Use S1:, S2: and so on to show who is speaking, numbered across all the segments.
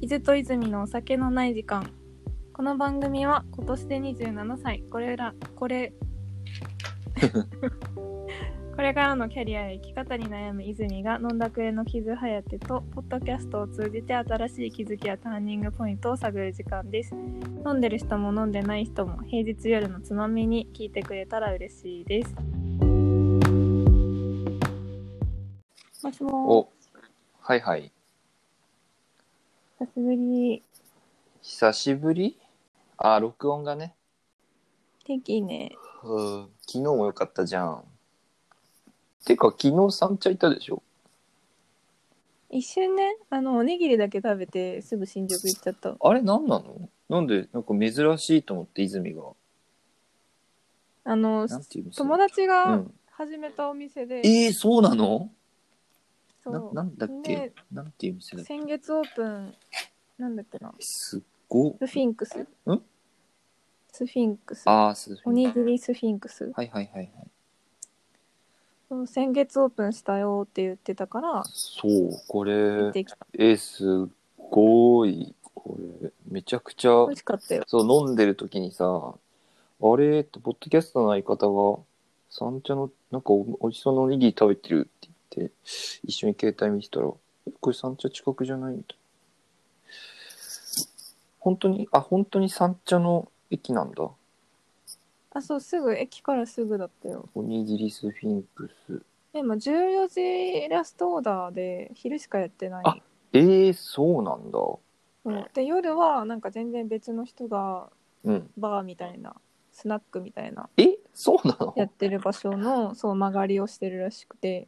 S1: 伊豆と泉のお酒のない時間この番組は今年で27歳これらこれ これからのキャリアや生き方に悩む泉が飲んだくれの傷はやてとポッドキャストを通じて新しい気づきやターニングポイントを探る時間です飲んでる人も飲んでない人も平日夜のつまみに聞いてくれたら嬉しいですもしも
S2: お、はいはい。
S1: ー久しぶり
S2: 久しぶりあ、録音がね。
S1: 天気いいね
S2: うん。昨日も良かったじゃん。てか、昨日三茶行ったでしょ
S1: 一瞬ねあのおにぎりだけ食べてすぐ新宿行っちゃった
S2: あれ何なのなんで、なんか珍しいと思って、泉が。
S1: あの
S2: なんていう店
S1: 友達
S2: う
S1: が
S2: ん。
S1: 始めたお店で、
S2: えー、そうなのな
S1: そ
S2: なんだっ
S1: ね
S2: けなんていう店だ
S1: う
S2: っけ
S1: 先月オープンなんだっけな
S2: すっご。
S1: スフィンクスんスフィンクス
S2: あー、す
S1: おにぎりスフィンクス
S2: はいはいはいはい。
S1: そう先月オープンしたよって言ってたから
S2: そう、
S1: 行
S2: これ
S1: っ、てきた
S2: えー、すごい。これ、めちゃくちゃ
S1: 美味しかったよ
S2: そう、飲んでる時にさ、あれって、ポッドキャストの相方が、三茶の、なんかお、おじさんのおにぎり食べてるって言って、一緒に携帯見てたら、えこれ三茶近くじゃないみたいな。本当に、あ、本当に三茶の駅なんだ。
S1: あそうすぐ駅からすぐだったよ
S2: おにぎりスフィンクス。
S1: でも14時ラストオーダーで昼しかやってない
S2: あええー、そうなんだ。
S1: そうで夜はなんか全然別の人が
S2: うん。
S1: バーみたいなスナックみたいな
S2: えそうなの
S1: やってる場所のそう曲がりをしてるらしくて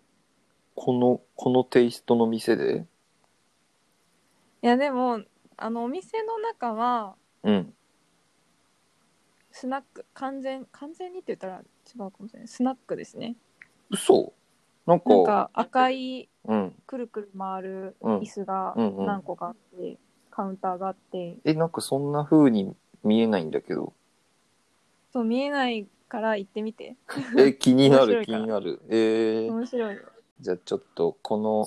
S2: この、このテイストの店で
S1: いやでもあのお店の中は
S2: うん。
S1: スナック完全完全にって言ったら違うかもしれないスナックですね
S2: 嘘なんか、
S1: なんか赤い
S2: うん、
S1: くるくる回る
S2: うん
S1: 椅。子が
S2: うんうん
S1: 何個かあって、カウンターがあって
S2: え、なんかそんな風に見えないんだけど。
S1: そう見えないから行ってみて
S2: え、気になる
S1: 面白い
S2: 気
S1: から
S2: になる。えー、
S1: 面白いよ
S2: じゃあちょっとこの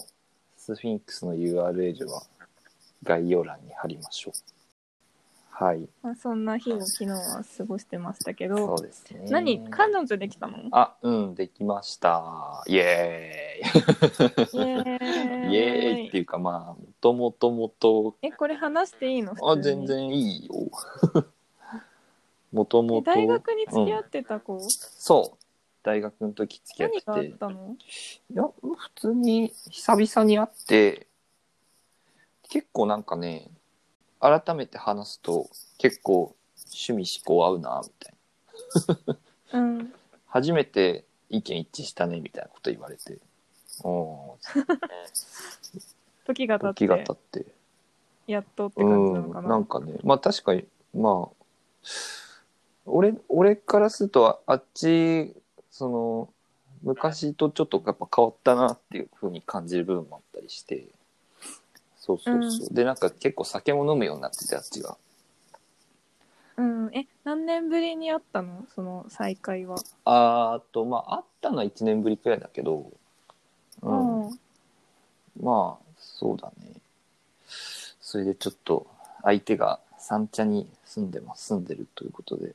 S2: スフィンクスの URL は概要欄に貼りましょう。はい、
S1: まあ、そんな日を昨日は過ごしてましたけ
S2: そ
S1: ど
S2: うですね。
S1: 何彼女できたの
S2: あ、うん、 できました。イエ
S1: イ
S2: ー
S1: エー
S2: イ。イエーイっていうかまあ、もともともと、
S1: えこれ話していいの
S2: あ、
S1: 普通に
S2: 全然いいよ。もと
S1: え
S2: もと、
S1: 大学に付き合ってた子、
S2: そう。大学の時付き合っ。
S1: 何があってたの
S2: いや、普通に久々に会って、結構なんかね、改めて話すと結構趣味思考合うな、みたい
S1: うん
S2: な。初めて意見一致したね、みたいなこと言われて。おー、
S1: 時が経って
S2: 時が経って。
S1: やっとって
S2: う
S1: 感じなの
S2: ん
S1: か、な
S2: なんかね、まあ確かに、まあ、俺、俺からするとああっち、その、昔とちょっとやっぱ変わったなっていう風に感じる部分もあったりして、そうそうそう。で、なんか結構酒も飲むようになってて、あっちが。
S1: うん、え何年ぶりに会ったのその再会は、
S2: あーっと、まあ、あったのは1年ぶりくらいだけど、うん。
S1: うん
S2: まあ、そうだね。それでちょっと、相手が三茶に住んでます、住んでるということで、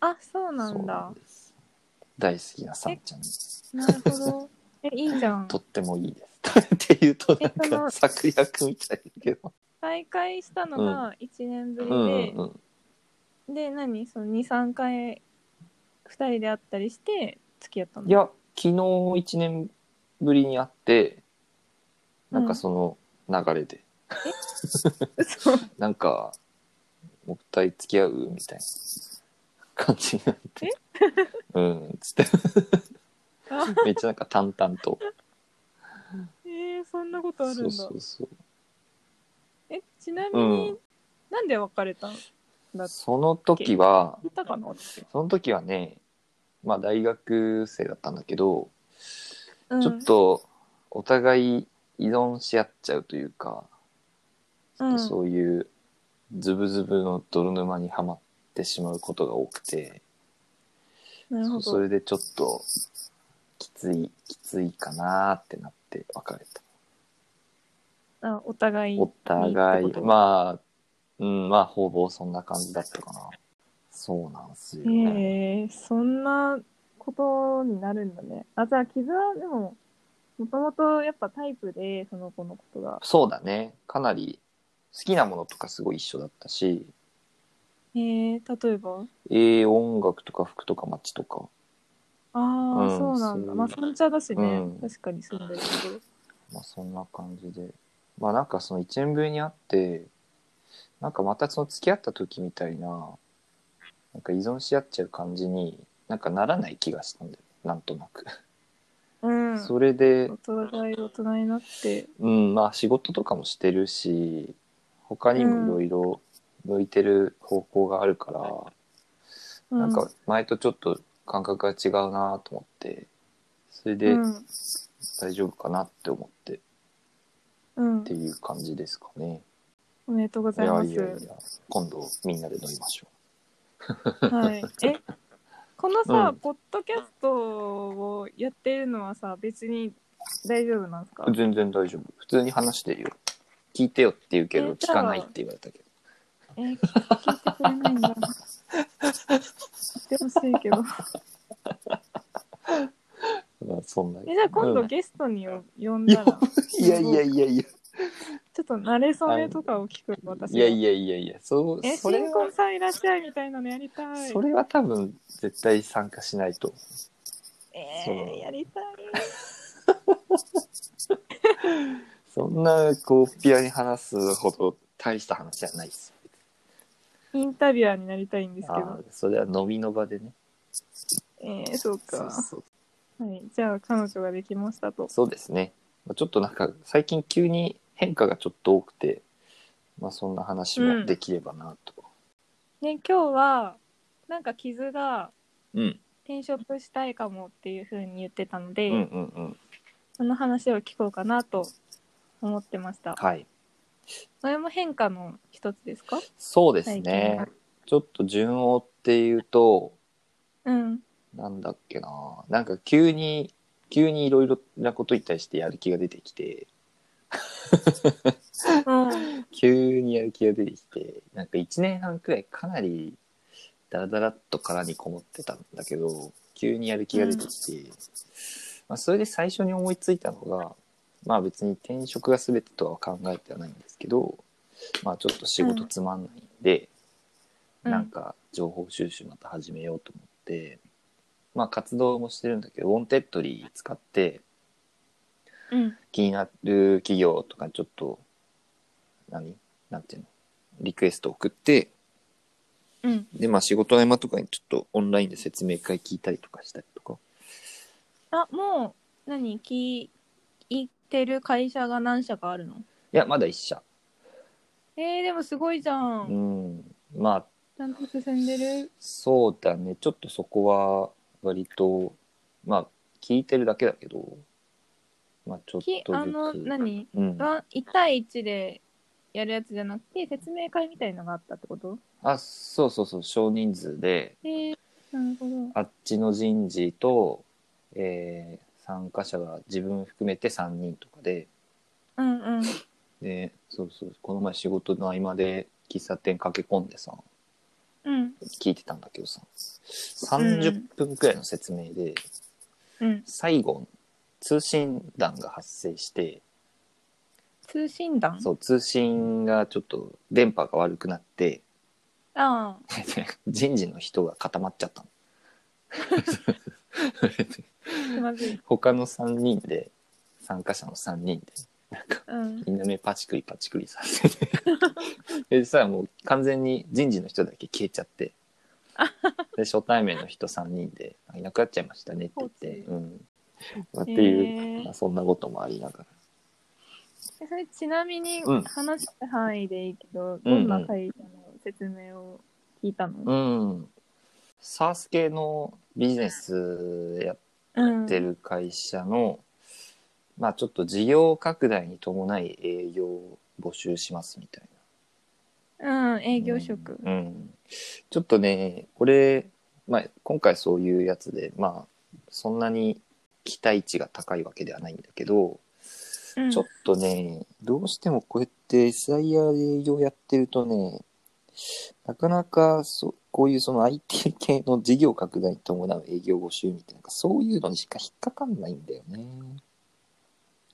S1: あそうな
S2: そうんな
S1: だ
S2: んです。大好きなさんちゃんに
S1: なるほ どえいいじゃん
S2: とってもいいです。 っていうとなん
S1: えその
S2: か策略みたいだけど。
S1: 再会したのが1年ぶり
S2: う
S1: で、
S2: んうんうん。
S1: で何その23回2人で会ったりして付き合ったの
S2: いや昨日一年ぶりに会ってなんかその流れで、
S1: そう
S2: なんかもったい付き合うみたいな感じになって。 うんつって
S1: あ
S2: めっちゃなんか淡々と。
S1: えー、そんなことあるんだ
S2: そうそうそう。
S1: えちなみに、
S2: うん
S1: なんで別れたのだっ
S2: その時は
S1: たかな私
S2: その時はねまあ大学生だったんだけど。
S1: うん
S2: ちょっとお互い依存し合っちゃうというか、
S1: うん
S2: そういうズブズブの泥沼にはまってしまうことが多くて、
S1: なるほ
S2: そ
S1: ど
S2: それでちょっときつい、きついかなーってなって別れた。
S1: あお互い
S2: お互
S1: にっ
S2: い
S1: てこと、
S2: まあ、うん、まあ、ほぼそんな感じだったかな。そうなんすよ
S1: へ
S2: ね。
S1: えそんなことになるんだね。あ、じゃあ、傷はでも、もともとやっぱタイプで、その子のことが。
S2: そうだね。かなり好きなものとかすごい一緒だったし、
S1: へえ例えば
S2: えー音楽とか服とか街とか。
S1: ああ、
S2: うん
S1: そうなんだ。
S2: そう
S1: まあ、三茶だしね、
S2: うん
S1: 確かに住んでるけど。
S2: まあ、そんな感じで。まあ、なんかその一年ぶりに会って、なんかまたその付き合った時みたいな、なんか依存し合っちゃう感じになんかならない気がしたんだよ。なんとなく。
S1: うん。
S2: それで
S1: お、互い大人になって。
S2: うん、まあ仕事とかもしてるし、他にもいろいろ向いてる方向があるから、
S1: う
S2: なんか前とちょっと感覚が違うなと思って、それで
S1: うん。
S2: 大丈夫かなって思ってっ
S1: うん
S2: ていう感じですかね。
S1: おめでとうご
S2: い
S1: ざい
S2: や
S1: ます。
S2: いやいや、今度みんなで飲みましょ
S1: はい。え、このさ、
S2: うん
S1: ポッドキャストをやってるのはさ、別に大丈夫なんですか
S2: う。全然大丈夫。普通に話してるよ。聞いてよって言うけど、
S1: え
S2: 聞かないって言われたけど。
S1: えー、聞聞いてくれないんだ。言ってほしいけど。
S2: まあそんな。
S1: え、じゃあ今度
S2: うん
S1: ゲストによ呼んだら、
S2: いやいやいやいや。
S1: ちょっと慣れそめとかを聞く私
S2: いや
S1: や。
S2: いやいやいや、そう、
S1: え、
S2: それ
S1: 新
S2: は
S1: 婚、さんいらっしゃいみたいなのやりたい。
S2: それは多分絶対参加しないと思う。
S1: え
S2: そう
S1: ー、やりたい。
S2: そんな、こう、ピアに話すほど大した話じゃないです。
S1: インタビュアーになりたいんですけ
S2: ああ
S1: ど。、
S2: それは飲みの場でね。
S1: えー、そう
S2: そ
S1: か
S2: う。そう
S1: はい。じゃあ彼女ができましたと。
S2: そうですね。まあちょっとなんか、最近急に変化がちょっと多くて、まあそんな話もできればなと。
S1: ね、今日は、なんか傷が
S2: うん。
S1: 転職したいかもっていう風に言ってたの
S2: う
S1: で、
S2: んうんうん。
S1: その話を聞こうかなと思ってました。
S2: はい。
S1: それも変化の一つですか
S2: そうです
S1: 最近
S2: ね
S1: は。
S2: ちょっと順応っていうと、
S1: うん。
S2: なんだっけな。なんか急に、急にいろいろなことに対してやる気が出てきて、
S1: うん。
S2: 急にやる気が出てきて、なんか1年半くらいかなりダラダラっと殻にこもってたんだけど、急にやる気が出てきて、まあ、それで最初に思いついたのが、まあ別に転職が全てとは考えてはないんですけど、まあちょっと仕事つまんないんで、
S1: うん
S2: なんか情報収集また始めようと思って、まあ活動もしてるんだけど、ウォンテッドリー使って、
S1: うん。
S2: 気になる企業とかにちょっと何なんていうのリクエスト送って
S1: うん。
S2: でまあ仕事の合間とかにちょっとオンラインで説明会聞いたりとかしたりとか
S1: あ、もう、何、聞いてる会社が何社かあるの
S2: いやまだ一社
S1: えー、でもすごいじゃ。
S2: うんんまあ
S1: ちゃんと進んでる。
S2: そうだねちょっとそこは割とまあ聞いてるだけだけどまあちょっとず
S1: き
S2: つ
S1: あの、何
S2: うん、
S1: ワン1対1でやるやつじゃなくて、説明会みたいのがあったってこと
S2: あそうそうそう少人数で
S1: えー、なるほど。
S2: あっちの人事と、えー参加者が自分含めて3人とかで
S1: うんうん。
S2: でそうそうこの前仕事の合間で喫茶店駆け込んでさ
S1: うん。
S2: 聞いてたんだけどさ30分くらいの説明で
S1: うん。
S2: 最後通信弾が発生して
S1: 通信団
S2: そう通信がちょっと電波が悪くなって
S1: ああ。
S2: 人事の人が固まっちゃったの。それで
S1: 気まずい。
S2: 他の3人で参加者の3人でなんか
S1: うん。
S2: みんな目パチクリパチクリさせてでさもう完全に人事の人だけ消えちゃってで初対面の人3人で「いなくなっちゃいましたね」って言って、うんまあっていう、
S1: へー
S2: まあ、そんなこともありながら
S1: えそれちなみに
S2: うん
S1: 話した範囲でいいけど、
S2: うんう
S1: ど
S2: ん
S1: んな会社の説明を聞いたの、
S2: うんサース系のビジネスや
S1: うん、
S2: ってる会社の、まあちょっと事業拡大に伴い営業を募集しますみたいな。
S1: うん、営業職。
S2: うん、うんちょっとね俺、まあ、今回そういうやつでまあそんなに期待値が高いわけではないんだけど
S1: うん
S2: ちょっとね、どうしてもこうやってスライヤーで営業やってるとね、なかなかそこういうその IT 系の事業拡大に伴う営業募集みたいな、なんかそういうのにしか引っかかんないんだよね。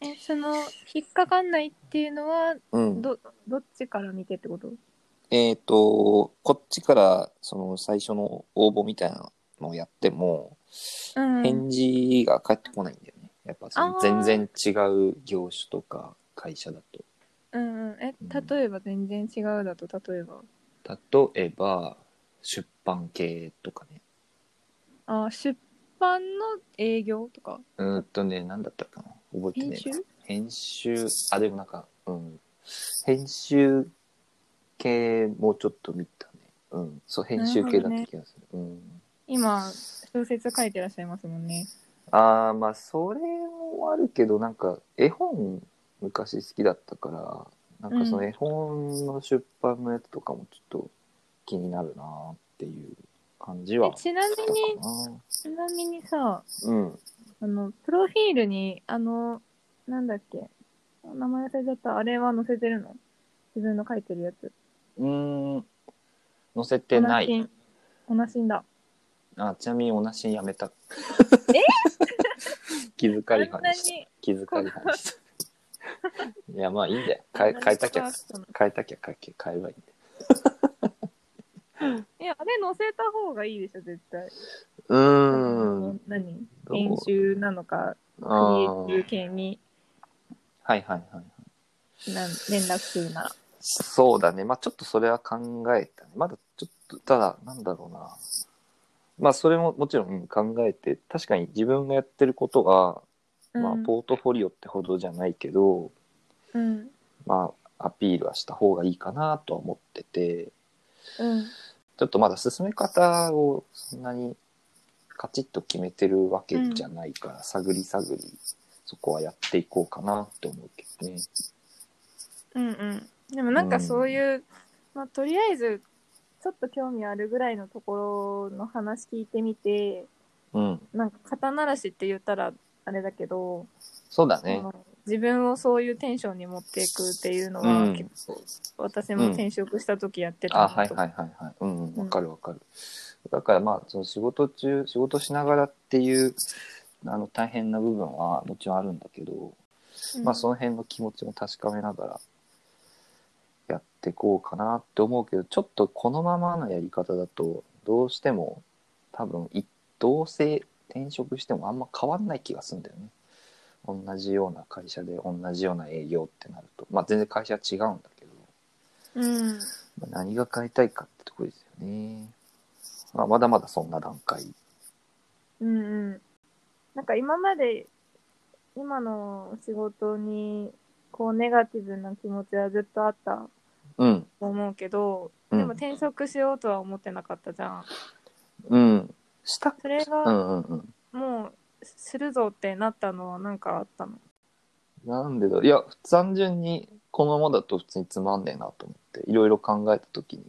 S1: えその引っかかんないっていうのは
S2: うん。
S1: どどっちから見てってこと
S2: えっ、と、こっちからその最初の応募みたいなのをやっても、
S1: うん
S2: 返事が返ってこないんだよね。やっぱその
S1: あー
S2: 全然違う業種とか会社だと。
S1: うんうんえ
S2: うん
S1: 例えば全然違うだと例えば
S2: 例えば出版系とかね
S1: あ出版の営業とか
S2: うーんとね何だったかな覚えて
S1: 編
S2: ね
S1: 集
S2: えな編集あでもなんかうん編集系もうちょっと見たねうんそう編集系だった気がするうん
S1: 今小説書いてらっしゃいますもんね
S2: ああまあそれもあるけどなんか絵本昔好きだったからなんかその絵本の出版のやつとかもちょっと気になるなーっていう感じは
S1: えちなみに
S2: あったか
S1: ちなみにさ
S2: なうん
S1: あのプロフィールにあのなんだっけ名前忘れちゃったあれは載せてるの自分の書いてるやつ
S2: うーん、載せてな。
S1: おないしんおなしんだ
S2: あ、ちなみにおなしんやめた。 気づか
S1: あん
S2: りは
S1: な
S2: にした。
S1: に
S2: 気づかりはにした。 いや、まあいいんだよ。変え変えたきゃ、変えたきゃ変え変えればいいんだよ。
S1: いやあれ載せた方がいいでしょ絶対
S2: うーん。
S1: 何
S2: どう
S1: 編集なのかク
S2: あー
S1: リエイティブ系に
S2: はいはいはい。
S1: なん連絡するなら
S2: そうだね。まあちょっとそれは考えたね。まだちょっと、ただ、なんだろうな。まあそれももちろんうん考えて、確かに自分がやってることが、まあ
S1: うん
S2: ポートフォリオってほどじゃないけど、
S1: うん
S2: まあ、アピールはした方がいいかなとは思ってて、
S1: うん
S2: ちょっとまだ進め方をそんなにカチッと決めてるわけじゃないから、探り探り、そこはやっていこうかなと思うけどね。
S1: うんうんでもなんかそういう、まあ、とりあえずちょっと興味あるぐらいのところの話聞いてみて
S2: うん。
S1: なんか肩慣らしって言ったらあれだけど、
S2: そうだね
S1: そ。の自分をそういうテンションに持っていくっていうの
S2: う
S1: は
S2: ん
S1: 結構、私も転職した時やってたな
S2: あ、はい
S1: と
S2: はいはいはい。うん、うんわかるわかる。だからまあ、その仕事中、仕事しながらっていう、あの、大変な部分はもちろんあるんだけど、
S1: うん
S2: まあその辺の気持ちも確かめながらやっていこうかなって思うけどちょっとこのままのやり方だとどうしても多分いどうせ転職してもあんま変わんない気がするんだよね同じような会社で同じような営業ってなるとまあ全然会社は違うんだけど、
S1: うん
S2: まあ何が変えたいかってとこですよね、まあ、まだまだそんな段階
S1: うんうんなんか今まで今の仕事にこうネガティブな気持ちはずっとあった
S2: うん
S1: と思うけど、
S2: うん
S1: でも転職しようとは思ってなかったじゃん
S2: うんした
S1: それ
S2: う
S1: が
S2: んうんうん
S1: もうするぞってなったのはなんかあったの
S2: なんでだいや単純にこのままだと普通につまんねえなと思っていろいろ考えた時に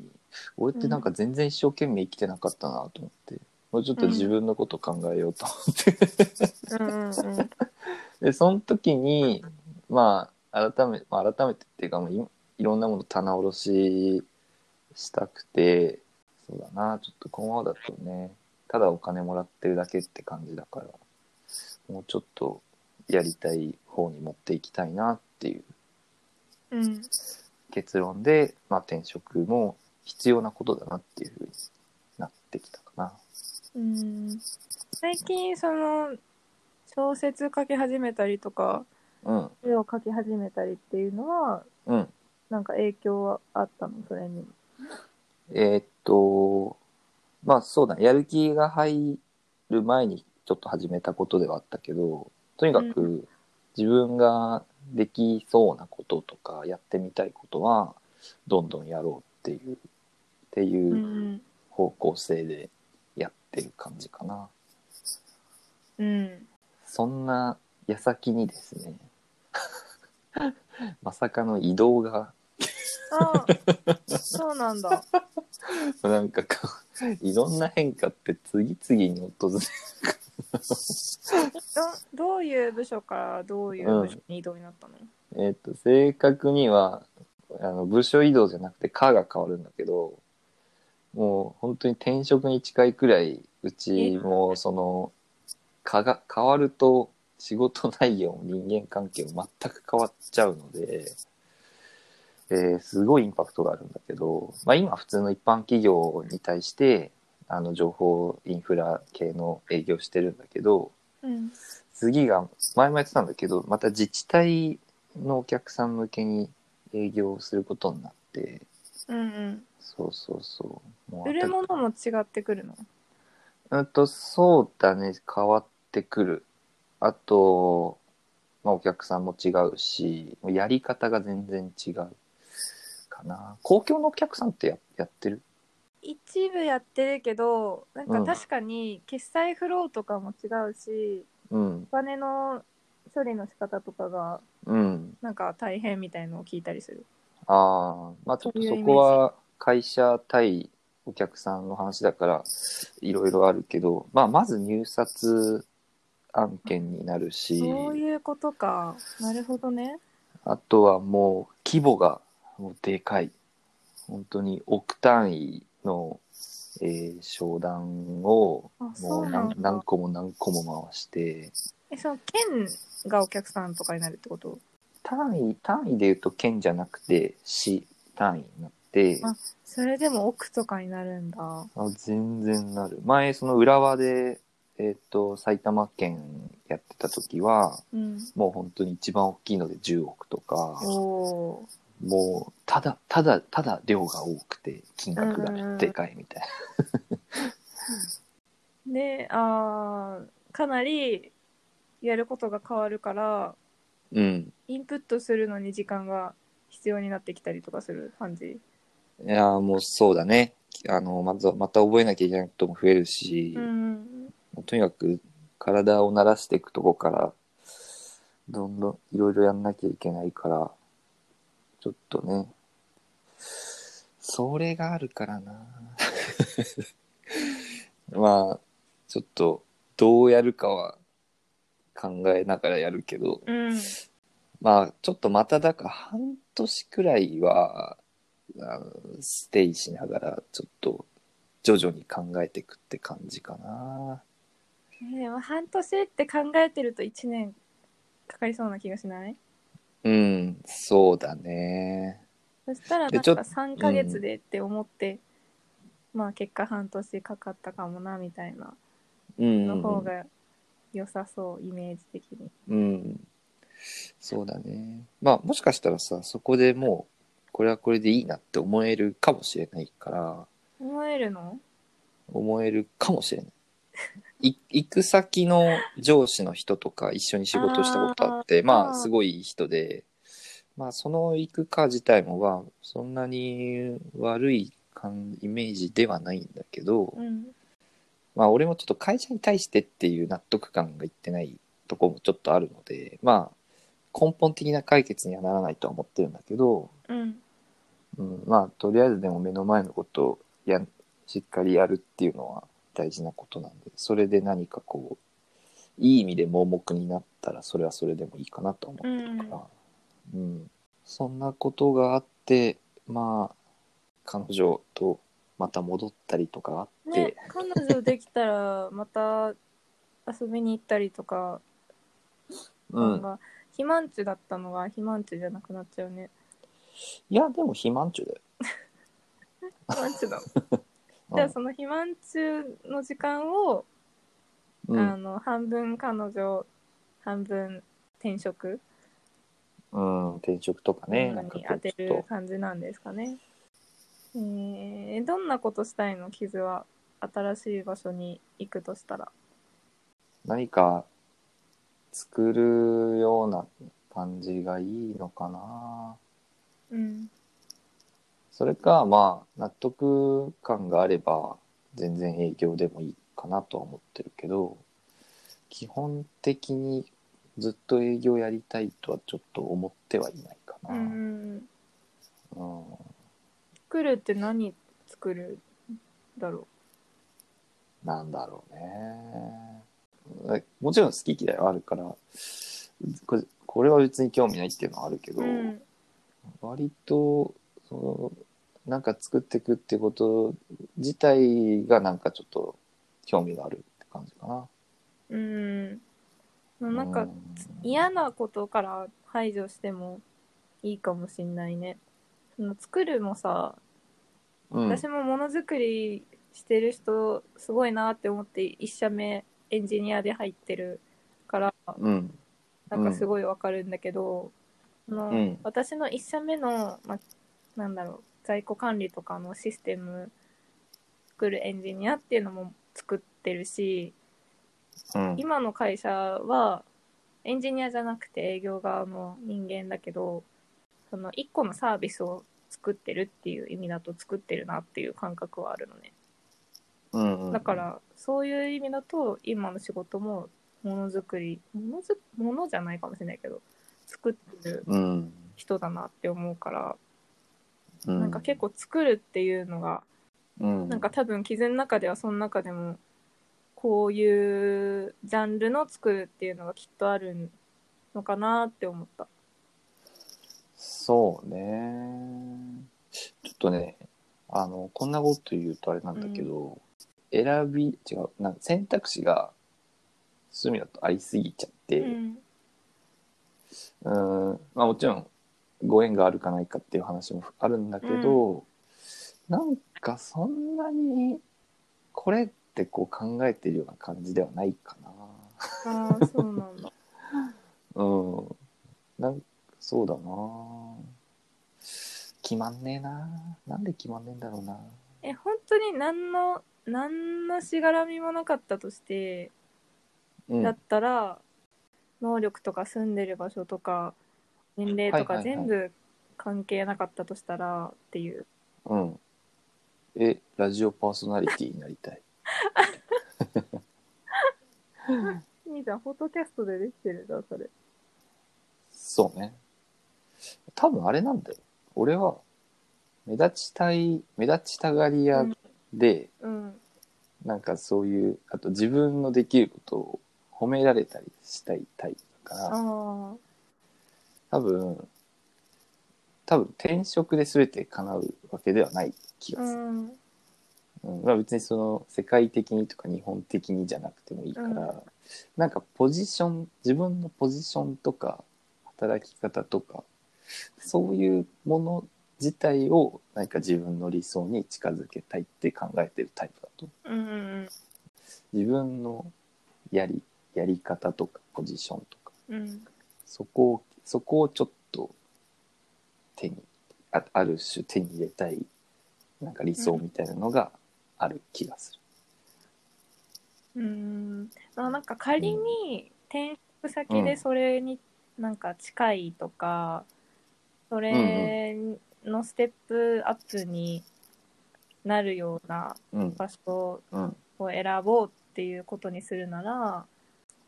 S2: 俺ってなんか全然一生懸命生きてなかったなと思って、もうちょっと自分のこと考えようと思って、
S1: うんうんうん
S2: でその時にまあ改め,、まあ、改めてっていうかもういいろんなもの棚卸ししたくてそうだなちょっとこのままだとねただお金もらってるだけって感じだからもうちょっとやりたい方に持っていきたいなっていう
S1: うん
S2: 結論で、まあ、転職も必要なことだなっていうふうになってきたかな。
S1: うん最近その小説書き始めたりとか
S2: うん、
S1: 絵を描き始めたりっていうのは
S2: うん。
S1: なんか影響はあったのそれに
S2: えーっと、まあそうだね、やる気が入る前にちょっと始めたことではあったけど、とにか
S1: う
S2: く自分ができそうなこととかやってみたいことは、どんどんやろうっていう、って
S1: う
S2: いうん方向性でやってる感じかな。
S1: うん
S2: そんな矢先にですね、 まさかの移動が、
S1: あそうなん だ
S2: なんかこういろんな変化って次々に訪れる
S1: どどういう部署からどういう部署に異動になったの、
S2: えっと、正確には、あの、部署移動じゃなくて課が変わるんだけど、もう本当に転職に近いくらい、うちもその、課が変わると仕事内容、人間関係も全く変わっちゃうので、えーすごいインパクトがあるんだけど、まあ今普通の一般企業に対して、あの、情報インフラ系の営業してるんだけど、
S1: うん、
S2: 次が前もやってたんだけどまた自治体のお客さん向けに営業することになって
S1: うん
S2: そうそうそうも
S1: うん売るものも違ってくるの
S2: うんとそうだね変わってくるあと、まあ、お客さんも違うしもうやり方が全然違うかな公共のお客さんってややってる
S1: 一部やってるけどなん
S2: う
S1: か
S2: ん
S1: 確かに決済フローとかも違うし、
S2: うん
S1: お金の処理の仕方とかが
S2: うん
S1: なんか大変みたいのを聞いたりする
S2: ああまあちょっ
S1: そ
S2: と
S1: ういう
S2: そ
S1: イメージ
S2: こは会社対お客さんの話だからいろいろあるけど、まあ、まず入札案件になるし
S1: そういうことかなるほどね
S2: あとはもう規模がもうでかい本当に億単位の、えー商談を
S1: あそ
S2: も
S1: うな
S2: う
S1: ん
S2: 何
S1: だ
S2: 何個も何個も回して
S1: えその県がお客さんとかになるってこと
S2: 単位単位で言うと県じゃなくて市単位になって。
S1: あそれでも奥とかになるんだ
S2: あ全然なる前その浦和で、えっと埼玉県やってた時は
S1: うん
S2: もう本当に一番大きいので10億とか
S1: おお
S2: もうただただただ量が多くて金額がでかいみたいな、
S1: ーであーかなりやることが変わるから
S2: うん
S1: インプットするのに時間が必要になってきたりとかする感じ
S2: いやーもうそうだねあのまずまた覚えなきゃいけないことも増えるし、
S1: うん
S2: とにかく体を慣らしていくとこからどんどんいろいろやんなきゃいけないからちょっとねそれがあるからな まあちょっとどうやるかは考えながらやるけど
S1: うん
S2: まあちょっとまただから半年くらいはあのステイしながらちょっと徐々に考えていくって感じかな。
S1: えでも半年って考えてると1年かかりそうな気がしない
S2: うん、そうだね。
S1: そしたらなん
S2: でち
S1: か
S2: ょっ
S1: 3ヶ月でって思って、まあ結果半年かかったかもなみたいな
S2: うん。
S1: の方が良さそう、イメージ的に。
S2: うん。そうだね。まあ、もしかしたらさ、そこでもう、これはこれでいいなって思えるかもしれないから、
S1: 思えるの
S2: 思えるかもしれない。い行く先の上司の人とか一緒に仕事したことあって、まあ、すごいいい人で、まあ、その行くか自体も、まあ、そんなに悪い感イメージではないんだけど、
S1: うん。
S2: まあ俺もちょっと会社に対してっていう納得感がいってないとこもちょっとあるのでまあ根本的な解決にはならないとは思ってるんだけど、
S1: うん。
S2: うん、まあとりあえずでも目の前のことをやしっかりやるっていうのは大事なことなんでそれで何かこういい意味で盲目になったらそれはそれでもいいかなと思ってるから、うんそんなことがあってまあ彼女とまた戻ったりとかあって、
S1: ね、彼女できたらまた遊びに行ったりとか、
S2: うん
S1: なんか肥満中だったのが肥満中じゃなくなっちゃうね。
S2: いや、でも肥満中だよ。
S1: 肥満中 だ。
S2: うん
S1: じゃあその肥満中の時間を、
S2: う
S1: あ
S2: ん
S1: の半分彼女、半分転職
S2: うん、転職とかね、
S1: に
S2: なんかこ
S1: 当
S2: う
S1: て
S2: ちょ
S1: る
S2: っ
S1: 感じなんですかね。えー、どんなことしたいの傷は新しい場所に行くとしたら。
S2: と何か作るような感じがいいのかな。
S1: うん。
S2: それか、まあ、納得感があれば、全然営業でもいいかなとは思ってるけど、基本的にずっと営業やりたいとはちょっと思ってはいないか
S1: う
S2: な。
S1: ん
S2: うん
S1: 作るって何作るだろ
S2: なんだろうね。もちろん好き嫌いはあるからこれこれは別に興味ないっていうのはあるけど、
S1: うん
S2: 割とそのなんか作っていくってこと自体がなんかちょっと興味があるって感じかな。
S1: うんまあなん
S2: う
S1: か嫌なことから排除してもいいかもしんないねその作るもさ
S2: うん、
S1: 私もものづくりしてる人すごいなって思って一社目エンジニアで入ってるから
S2: うん
S1: なんかすごいわかるんだけど、その
S2: うん
S1: 私の一社目の、ま、なんだろう在庫管理とかのシステム作るエンジニアっていうのも作ってるし
S2: うん
S1: 今の会社はエンジニアじゃなくて営業側の人間だけどその1個のサービスを作ってるっていう意味だと作ってるなっていう感覚はあるのね。
S2: うん
S1: だからそういう意味だと今の仕事もものづくりものづものじゃないかもしれないけど作ってる
S2: うん、
S1: 人だなって思うから、
S2: うん、
S1: なんか結構作るっていうのが、
S2: 構、うん、
S1: なんか多分傷の中ではその中でもこういうジャンルの作るっていうのがきっとあるのかなって思った。
S2: そうね。ちょっとね、あの、こんなこと言うとあれなんだけど、選び、違う、なんか選択肢が、そういう意味だとありすぎちゃって、
S1: う
S2: うんーん、まあもちろん、ご縁があるかないかっていう話もあるんだけど、なんかそんなに、これってこう考えてるような感じではないかな。
S1: ああそうなんだ。
S2: うん。なんそうだな決まんねえななんで決まんねえんだろうな
S1: え本当に何の何のしがらみもなかったとして
S2: うん。
S1: だったら、能力とか住んでる場所とか年齢と
S2: は
S1: か
S2: いはいは
S1: 全
S2: い
S1: 部関係なかったとしたらっていう、
S2: うん。え、ラジオパーソナリティになりたい。
S1: 兄さんフォトキャストでできてるじゃんそれ
S2: そうね。多分あれなんだよ。俺は、目立ちたい、目立ちたがり屋で、
S1: うん
S2: なんかそういう、あと自分のできることを褒められたりしたいタイプだから、
S1: あ
S2: 多分、多分転職で全て叶うわけではない気
S1: あ
S2: が
S1: う
S2: する。
S1: ん
S2: うんまあ、別にその世界的にとか日本的にじゃなくてもいいから、
S1: うん
S2: なんかポジション自分のポジションとか働き方とかそういうもの自体をなんか自分の理想に近づけたいって考えてるタイプだと
S1: うんうん
S2: 自分のやりやり方とかポジションとか
S1: うん
S2: そこをそこをちょっと手にあある種手に入れたいなんか理想みたいなのがある気がする。
S1: うんまあなんか仮に転職先でそれになんか近いとか、それのステップアップになるような
S2: うん
S1: 場所
S2: うん
S1: を選ぼうっていうことにするなら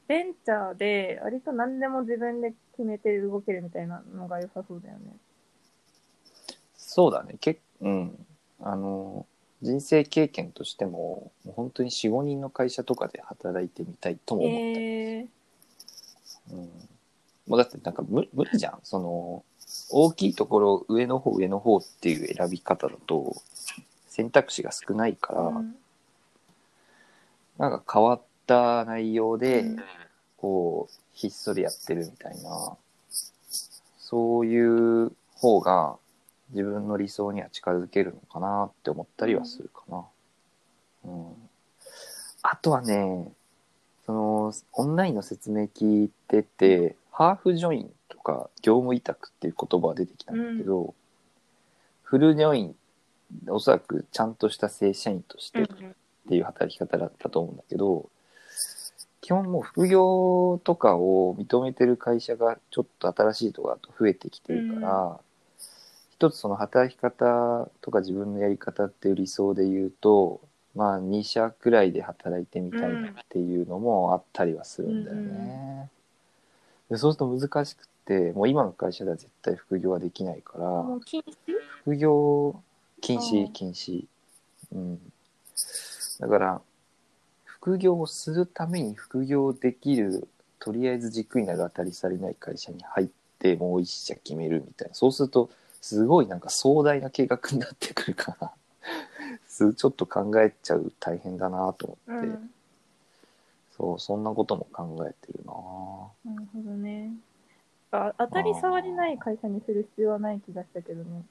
S1: ベンチャーで割と何でも自分で決めて動けるみたいなのが良さそうだよね。
S2: そうだね。けうん。あの、人生経験としても、もう本当に4、5人の会社とかで働いてみたいとも思った。
S1: へえ
S2: うん。もうだってなんか無無理じゃん。その、大きいところ、上の方、上の方っていう選び方だと、選択肢が少ないから、
S1: うん
S2: なんか変わった内容で、
S1: うん
S2: こう、ひっそりやってるみたいな、そういう方が自分の理想には近づけるのかなって思ったりはするかな。うん。あとはね、その、オンラインの説明聞いてて、ハーフジョインとか業務委託っていう言葉が出てきたんだけど、フルジョイン、おそらくちゃんとした正社員として、っていう働き方だったと思うんだけど基本もう副業とかを認めてる会社がちょっと新しいとこだと増えてきてるから、一つその働き方とか自分のやり方っていう理想で言うとまあ2社くらいで働いてみたいなっていうのもあったりはするんだよね。でそうすると難しくてもう今の会社では絶対副業はできないから。
S1: もう禁止
S2: 副業禁
S1: あ
S2: 止
S1: あ
S2: 禁止うんだから副業をするために副業できるとりあえず軸になる当たり障りない会社に入ってもう一社決めるみたいなそうするとすごいなんか壮大な計画になってくるからすちょっと考えちゃう大変だなと
S1: う
S2: 思って、
S1: ん
S2: そうそんなことも考えてるな
S1: なるほどねあ当たり障りない会社にする必要はない気がしたけどね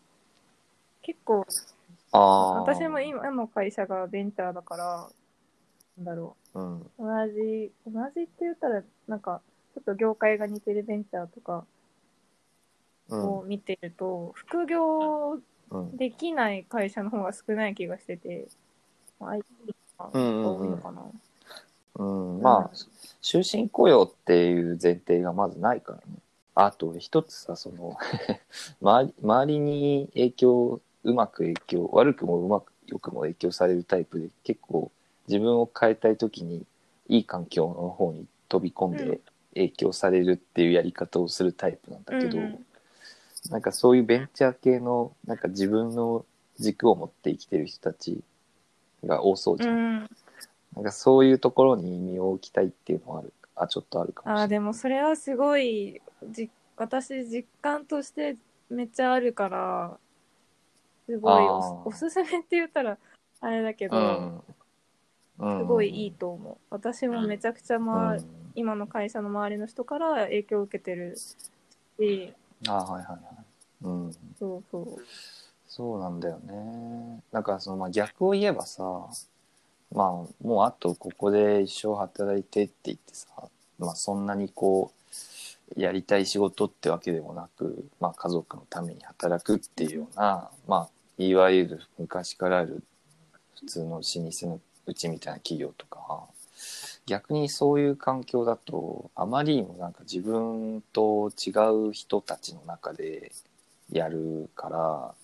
S1: 結構
S2: ああー
S1: 私も、今の会社がベンチャーだからなんだろ
S2: うん、
S1: う同じ同じって言ったらなんかちょっと業界が似てるベンチャーとか
S2: うん
S1: を見てると、副業
S2: うん
S1: できない会社の方が少ない気がしてて、まあ IT とかが多いのかな。
S2: うん、まあ終身雇用っていう前提がまずないからねあと俺一つさその周り周りに影響うまく影響悪くもうまくよくも影響されるタイプで結構自分を変えたい時にいい環境の方に飛び込ん
S1: う
S2: で
S1: ん
S2: 影響されるっていうやり方をするタイプなんだけど、
S1: うんうん
S2: なんかそういうベンチャー系のなんか自分の軸を持って生きてる人たちが多そうじゃん
S1: うん。
S2: なんかそういうところに身を置きたいっていうのはあるあちょっとあるかも
S1: ああ、
S2: しれない。
S1: でもそれはすごい、じ私実感としてめっちゃあるから、すごい
S2: あー
S1: おおすすめって言ったらあれだけど、
S2: うん、
S1: すごいいいと思う。私もめちゃくちゃ、
S2: うん。
S1: まあ、今の会社の周りの人から影響を受けてるし、
S2: ああはいはいはい。うん、
S1: そうそう。
S2: そうなんだよね。だからその、まあ、逆を言えばさ、まあ、もうあとここで一生働いてって言ってさ、まあ、そんなにこう、やりたい仕事ってわけでもなく、まあ、家族のために働くっていうような、まあ、いわゆる昔からある普通の老舗のうちみたいな企業とか、逆にそういう環境だと、あまりにもなんか自分と違う人たちの中でやるから、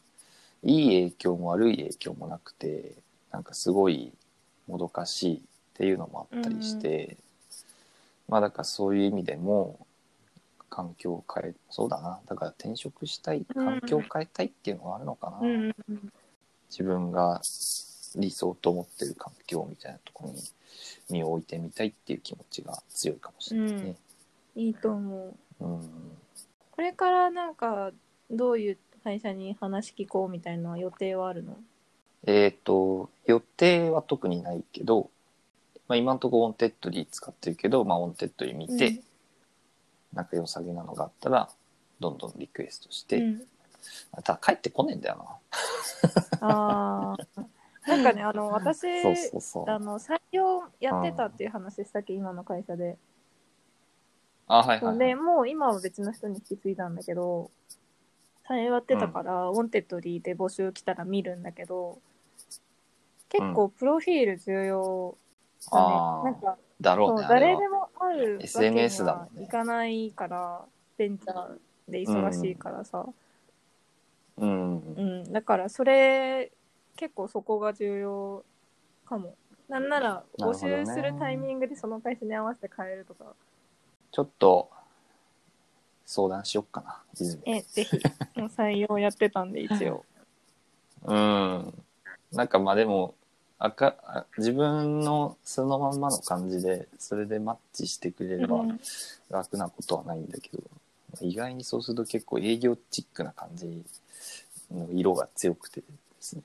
S2: いい影響も悪い影響もなくてなんかすごいもどかしいっていうのもあったりして、まあだからそういう意味でも環境を変えそうだなだから転職したい
S1: うん
S2: 環境を変えたいっていうのはあるのかな、
S1: うんうんうん。
S2: 自分が理想と思ってる環境みたいなところに身を置いてみたいっていう気持ちが強いかもしれないね。
S1: いいと思う。
S2: うん
S1: これからなんかどういう会社に話聞こうみたいな予定はあるの
S2: えっ、と、予定は特にないけど、まあ、今のところオンテッドリー使ってるけど、まあ、オンテッドリー見て、なんか良さげなのがあったら、どんどんリクエストして、
S1: うんうん、
S2: ただ帰ってこねえんだよ
S1: あーなんかねあの私
S2: な。 そうそうそう。
S1: あの採用やってたっていう話したっけ今の会社で、
S2: あ、はいはい、はい
S1: で。もう今は別の人に引き継いだんだけど採用やってたから、オンテッドリーで募集来たら見るんだけど結構プロフィール重要だね、
S2: あー
S1: なんか
S2: だろ
S1: そうう
S2: ね。あれ
S1: 誰
S2: は
S1: でもあるわけに
S2: SNS だも
S1: は
S2: んね
S1: いかないから、ベンチャーで忙しいからさ、
S2: うん。
S1: うんだからそれ結構そこが重要かもなんなら
S2: な
S1: 募
S2: るほどね
S1: 集するタイミングでその会社に合わせて変えるとか
S2: ちょっと、相談しよっかな、泉
S1: えぜひもう採用やってたんで一応
S2: うん。なんかまあでも、あかあ自分のそのまんまの感じで、それでマッチしてくれれば、
S1: うん
S2: 楽なことはないんだけど意外にそうすると結構営業チックな感じの色が強くてですね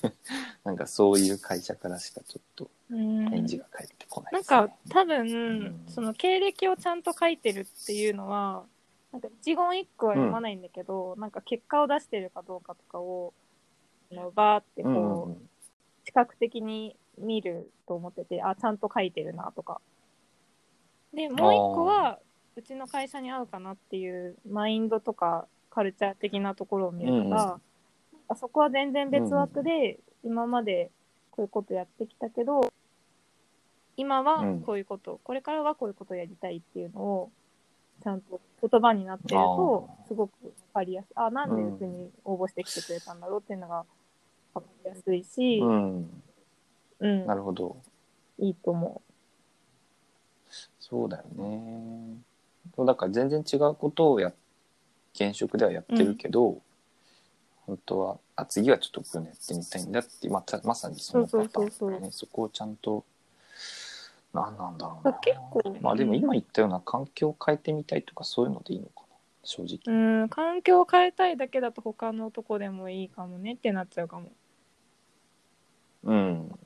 S2: なんかそういう会社からしかちょっと返事が返ってこない
S1: な
S2: で
S1: ん
S2: すね、
S1: か多
S2: ん
S1: 分その経歴をちゃんと書いてるっていうのはなんか一言一句は読まないんだけど、なんか結果を出してるかどうかとかをあのバーってこ
S2: う
S1: う、
S2: んうん
S1: 視覚的に見ると思っててあちゃんと書いてるなとかでもう一個はうちの会社に合うかなっていうマインドとかカルチャー的なところを見るから、
S2: うんうん
S1: あそこは全然別枠で、今までこういうことやってきたけど今はこういうこと、これからはこういうことやりたいっていうのをちゃんと言葉になってると
S2: あ
S1: すごく分かりやすいあなんでうちに応募してきてくれたんだろうっていうのが分かりやすいし、
S2: うん
S1: うん
S2: なるほど
S1: いいと思
S2: そうだよねそうだから全然違うことをや現職ではやってるけど、本当はあ次はちょっとこういうのやってみたいんだってまたまさにそのパターンだよね
S1: そうそうそう
S2: そこをちゃんと何なんだろう
S1: まあ
S2: な。
S1: 結構
S2: まあでも今言ったような環境を変えてみたいとかそういうのでいいのかな正直。
S1: うん環境を変えたいだけだと他のとこでもいいかもねってなっちゃうかも
S2: うん。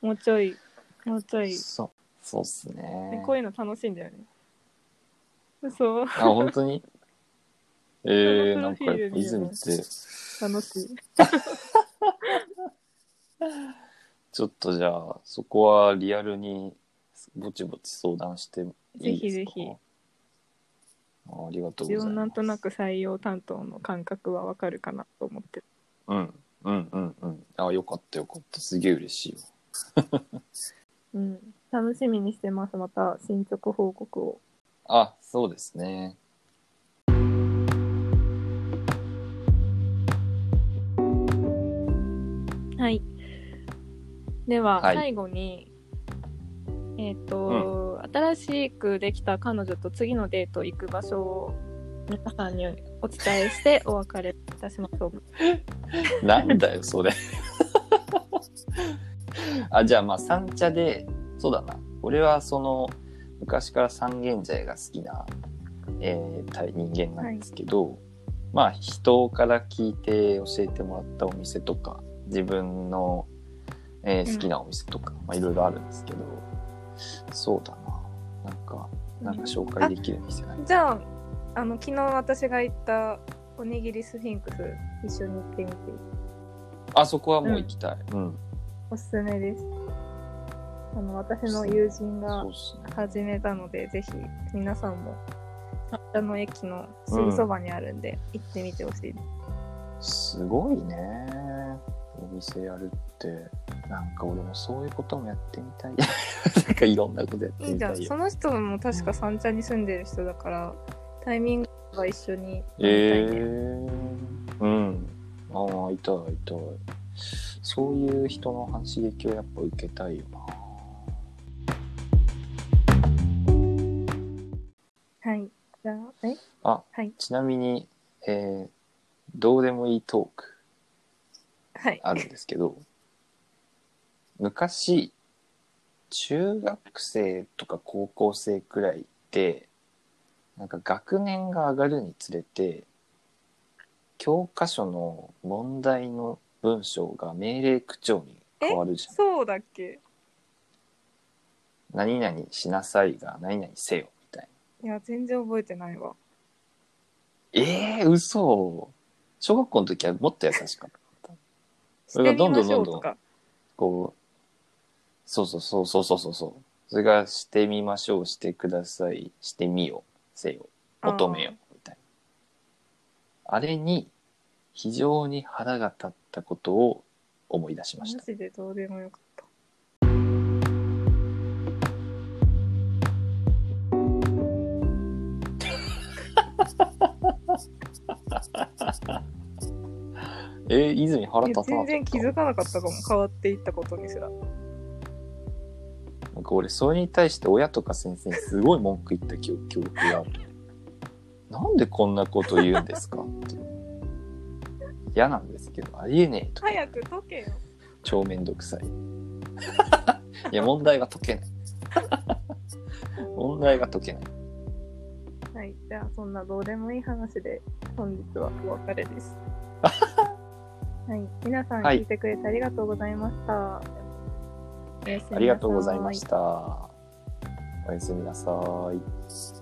S1: もうちょいもうちょい、
S2: そうそうっす
S1: で
S2: ね
S1: こ。ういうの楽しいんだよねそう
S2: あ本 当にえー、
S1: こ
S2: な
S1: の
S2: ん
S1: プ
S2: か
S1: ロフィー
S2: や
S1: ル
S2: っぱ
S1: 見れば
S2: 泉って
S1: 楽しい
S2: ちょっとじゃあそこはリアルにぼちぼち相談していいですか
S1: ぜひぜひ
S2: あありがとう
S1: 一
S2: ござ
S1: 応
S2: います。
S1: なんとなく採用担当の感覚はわかるかなと思って
S2: うんうんうんうん。あよかったよかった。すげえ嬉しいよ。
S1: うん楽しみにしてますまた進捗報告を
S2: あそうですね。
S1: はい。では、
S2: はい
S1: 最後に、えっ、と、新しくできた彼女と次のデート行く場所を皆さんにお伝えして お別れいたしましょう。
S2: なんだよそれ。 あじゃあまあ三茶でそうだな。俺はその昔から三軒茶屋が好きな、えーた人間なんですけど、まあ人から聞いて教えてもらったお店とか自分の、えー
S1: うん
S2: 好きなお店とか、まあいろいろあるんですけどそうだななんかなんか紹介できる店ない
S1: じゃあ、あの、昨日私が行ったおにぎりスフィンクス、一緒に行ってみて、
S2: あそこはもう行きたい、うん
S1: おすすめです。あの、私の友人が
S2: そうっすね
S1: 始めたので、ぜひ皆さんも、あの駅のすぐそばにあるんで、行ってみてほしいです。
S2: すごいねお店やるってなんか俺もそういうこともやってみたい なんかいろんなことやって
S1: いい
S2: み
S1: じゃん
S2: たい
S1: そ
S2: よ
S1: の人も確か三茶に住んでる人だからタイミングが一緒に
S2: え
S1: ね
S2: ー、うんああいたいたいそういう人の刺激をやっぱ受けたいよな
S1: はいじゃあえ
S2: あ
S1: はい
S2: ちなみにえーどうでもいいトーク
S1: はい
S2: あるんですけど昔中学生とか高校生くらいってなんか学年が上がるにつれて教科書の問題の文章が命令口調に変わるじゃん。
S1: そうだっけ
S2: 何々しなさいが何々せよみたいな。
S1: いや全然覚えてないわ
S2: ええー、嘘小学校の時はもっと優しかった。
S1: し
S2: そ
S1: て
S2: れが
S1: み
S2: どん
S1: ま
S2: どん
S1: しょ
S2: ど
S1: うん
S2: どん
S1: とか
S2: こう、そうそうそうそうそうそうそう。それがしてみましょう、してください、してみよう、せよ、求めよ、みたいな。あれに、非常に腹が立ったことを思い出しま
S1: マ
S2: した。
S1: ジでどうでもよかった
S2: えー、泉腹
S1: い
S2: 立
S1: や
S2: たな
S1: 全
S2: かった
S1: 然気づかなかったかも変わっていったことにすら
S2: なんか俺、それに対して親とか先生にすごい文句言った記憶記憶がある。なんでこんなこと言うんですかって。嫌なんですけど、ありえねえとか。
S1: 早く解けよ
S2: 超めんどくさい。 いや、問題が解けない。 問題が解けない。
S1: はいじゃあそんなどうでもいい話で本日はお別れです はい皆さん
S2: はい
S1: 聞いてくれてありがとうございました、おやすみなさい
S2: ありがとうございました。おやすみなさい。